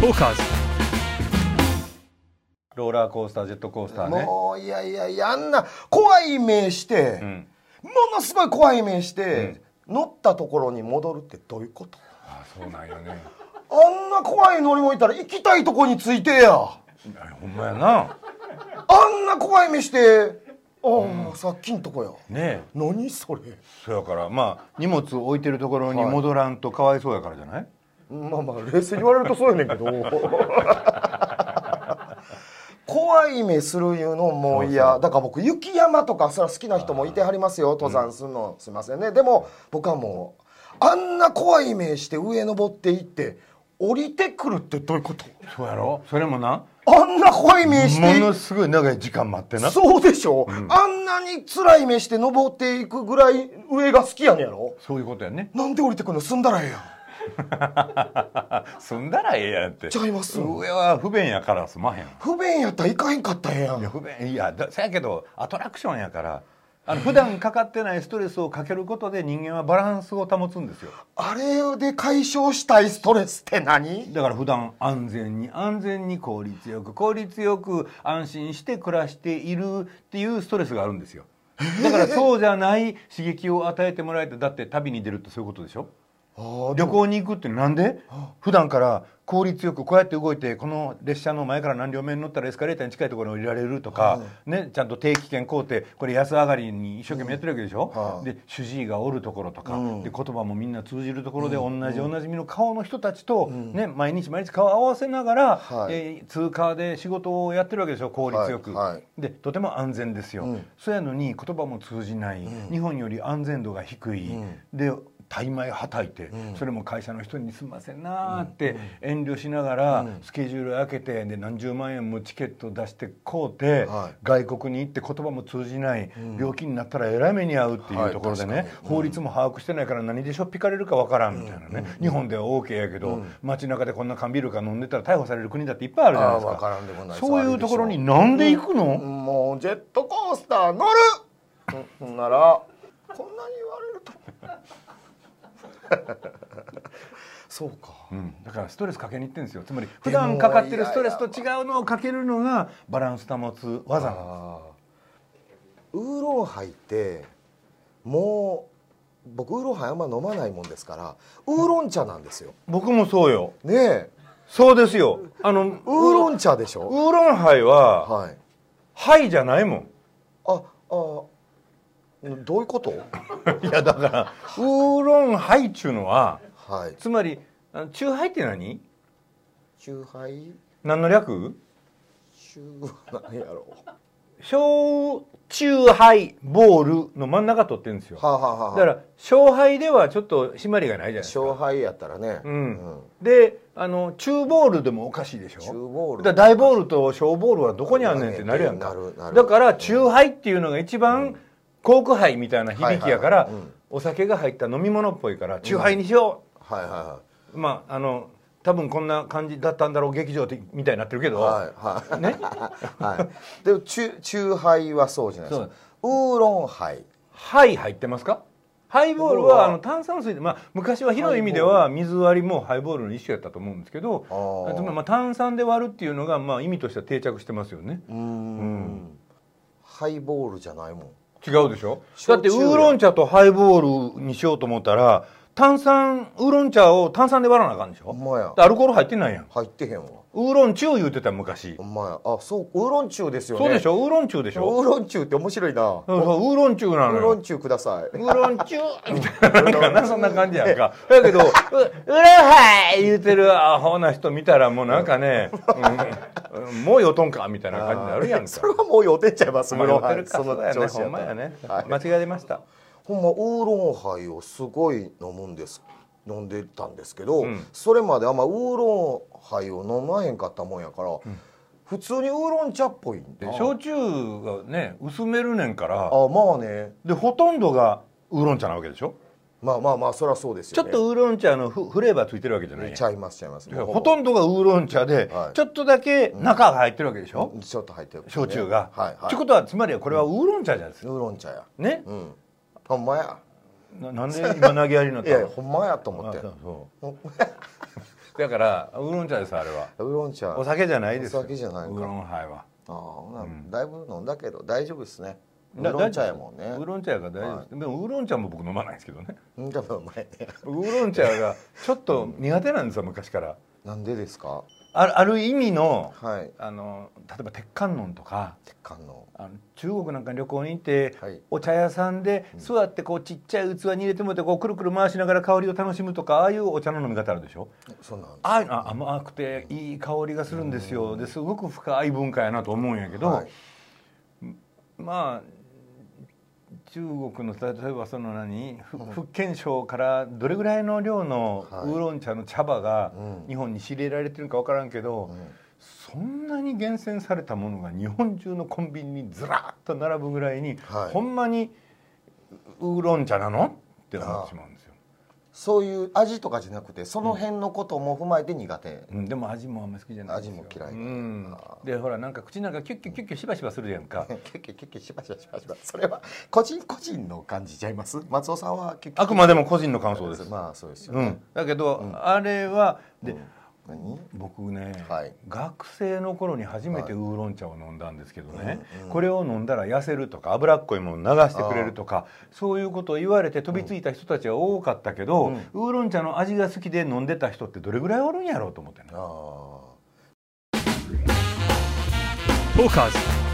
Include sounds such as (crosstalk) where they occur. トーカーズローラーコースタージェットコースターねもういやいやいやあんな怖い目して、んものすごい怖い目して、乗ったところに戻るってどういうことあそうなんよね (laughs) あんな怖い乗り物いたら行きたいとこについてやああほんまやなんな怖い目してああ、さっきんとこやねえ何それそやからまあ荷物を置いてるところに戻らんとかわいそうやからじゃない、まあまあ冷静に言われるとそうやねんけ (laughs) ど怖い目するいうのもいやだから僕雪山とかそら好きな人もいてはりますよ登山するの、すいませんねでも僕はもうあんな怖い目して上登っていって降りてくるってどういうことそうやろそれもなあんな怖い目しもてのすごい長い時間待ってなそそうでしょ、あんなに辛い目して登っていくぐらい上が好きやねんやろういうことやねなんで降りてくるの済んだらええやん住んだらええやんってちゃいます上は不便やからすまへん不便やったら行かへんかったらええやんいや不便いやだせやけどアトラクションやからあの普段かかってないストレスをかけることで人間はバランスを保つんですよあれで解消したいストレスって何だから普段安全に安全に効率よく効率よく安心して暮らしているっていうストレスがあるんですよだからそうじゃない刺激を与えてもらえてだって旅に出るってそういうことでしょ旅行に行くってなんで普段から効率よくこうやって動いてこの列車の前から何両目に乗ったらエスカレーターに近いところに降りられるとか、ね、ちゃんと定期券買うてこれ安上がりに一生懸命やってるわけでしょ、はいで主治医がおるところとか、で言葉もみんな通じるところで同じおなじみの顔の人たちと、ね、毎日毎日顔を合わせながら、はいえー通貨で仕事をやってるわけでしょ効率よく、はいはいでとても安全ですよ、そうやのに言葉も通じない、日本より安全度が低い、で大枚はたいて、それも会社の人に「すんませんな」って遠慮しながら、スケジュール開けてで何十万円もチケット出してこうて、はい外国に行って言葉も通じない、病気になったらえらい目に遭うっていうところでね、はい確法律も把握してないから何でしょっぴかれるかわからんみたいなね、日本では OK やけど、街中でこんな缶ビールか飲んでたら逮捕される国だっていっぱいあるじゃないですかあーわからんでもないですそういうところになんで行くの、もうジェットコースター乗るんほんならこんなに言われるとそうかうんだからストレスかけに行ってんですよつまり普段かかってるストレスと違うのをかけるのがバランス保つ技なんであーウーロンハイってもう僕ウーロンハイあんま飲まないもんですからウーロン茶なんですよす僕もそうよねえそうですよあのウーウーロン茶でしょウーロンハイははいハイじゃないもんああどういうこと (laughs) いやだからウーロンハイっちゅうのははいつまりあのチューハイって何チューハイ何の略チュー (laughs) 何やろう小中杯ボールの真ん中取ってるんですよはだあ、はあはあ、から小杯ではちょっと締まりがないじゃないですか勝敗やったらね、うん、であの中ボールでもおかしいでしょ中ボールだから大ボールと小ボールはどこにあんねんってなるやんなかるなるだから中杯っていうのが一番、コーク杯みたいな響きやから、はいはいはいうんお酒が入った飲み物っぽいから中杯にしよはいはいはう、まああの多分こんな感じだったんだろう劇場ってみたいになってるけいど、はいはい、ねはい、でも中中杯はそうじゃないですかウーロン杯はい入ってますかハイボールはあハイボールはの炭酸水で、まあ、昔は広い意味では水割りもハイボールの一種やったと思うんですけどあーつまりまあ炭酸で割るっていうのがまあ意味としては定着してますよねうーんハイボールじゃないもん違うでしょだっ焼て酎ウーロン茶とハイボールにしようと思ったら炭酸ウーロン茶を炭酸で割らなあかんでしょほんまやでアルコール入ってないやん入ってへんわウーロン中言うてた昔ほんまやあそうウーロン中ですよねそうでしょょウーロン中でしょウーロン中って面白いなそウうそうウーロン中なのーロよン中くださいウーロン中みたいななんかなそんな感じやんかだけど「うウーロンはい!」言うてるアホな人見たらもうなんかね、うんもうよとんかみたいな感じになるやんか (laughs) それはもう予定ちゃいますまあ酔ってるそかのそうだよね調子ほやんったまらやね、はい間違えましたほんまウーロンハイをすごい飲むんです飲んでたんですけど、うんそれまであんまウーロンハイを飲まへんかったもんやから、普通にウーロン茶っぽいんでな焼酎がね薄めるねんからあまあねでほとんどがウーロン茶なわけでしょ、まあまあまあそりゃそうですちょよっねとウーロン茶のフフレーバーついてるわけじゃないやんちゃいますちゃいますだからほとんどがウーロン茶で、はいちょっとだけ中が入ってるわけでしょ、どちょっと入ってる、焼酎が、はいはっていことはつまりはこれはウーロン茶じゃないですか、ウーロン茶やね、うんほんまやななんで今投げやりになっいたのやいやほんまやと思っあてそうそだからウーロン茶ですあれはウーロン茶お酒じゃないですよお酒じゃないかウーロンハイはああほなだいぶ飲んだけど大丈夫ですねウだーロン茶やもんねウーロン茶やから大丈夫です、でもウーロン茶も僕飲まないんですけどねうんでもうまいね (laughs) ウーロン茶がちょっと苦手 (laughs) なんですよ昔からなんでですかあるある意味のはいあの例えば鉄観音とか鉄管のあの中国なんかに旅行に行って、はいお茶屋さんで座ってこうちっちゃい器に入れてもらってこうくるくる回しながら香りを楽しむとかああいうお茶の飲み方あるでしょそんなんああいうのは甘くていい香りがするんですよですごく深い文化やなと思うんやけど、はいまあ中国の例えばその何ふ福建省からどれぐらいの量のウはいーロン茶の茶葉がうん日本に仕入れられてるか分からんけど、んそんなに厳選されたものが日本中のコンビニにずらっと並ぶぐらいに、はいほんまにウーロン茶なのって思ってしまうんですよ。そういう味とかじゃなくてその辺のことも踏まえて苦手、 (laughs) うん、でも味もあんまり好きじゃないんですよ味も嫌いうんあ、でほらなんか口なんかキュッキュッキュッキュッしばしばするやんかキュッキュッキュッキュッしばしばしばしばそれは個人個人の感じちゃいます松尾さんはキュッキュッあくまでも個人の感想です、まあそうですようね、ん、だけど、あれはで、何僕ね、はい学生の頃に初めてウーロン茶を飲んだんですけどね、これを飲んだら痩せるとか脂っこいもの流してくれるとかそういうことを言われて飛びついた人たちは多かったけど、ウーロン茶の味が好きで飲んでた人ってどれぐらいおるんやろうと思ってねああポーカーズ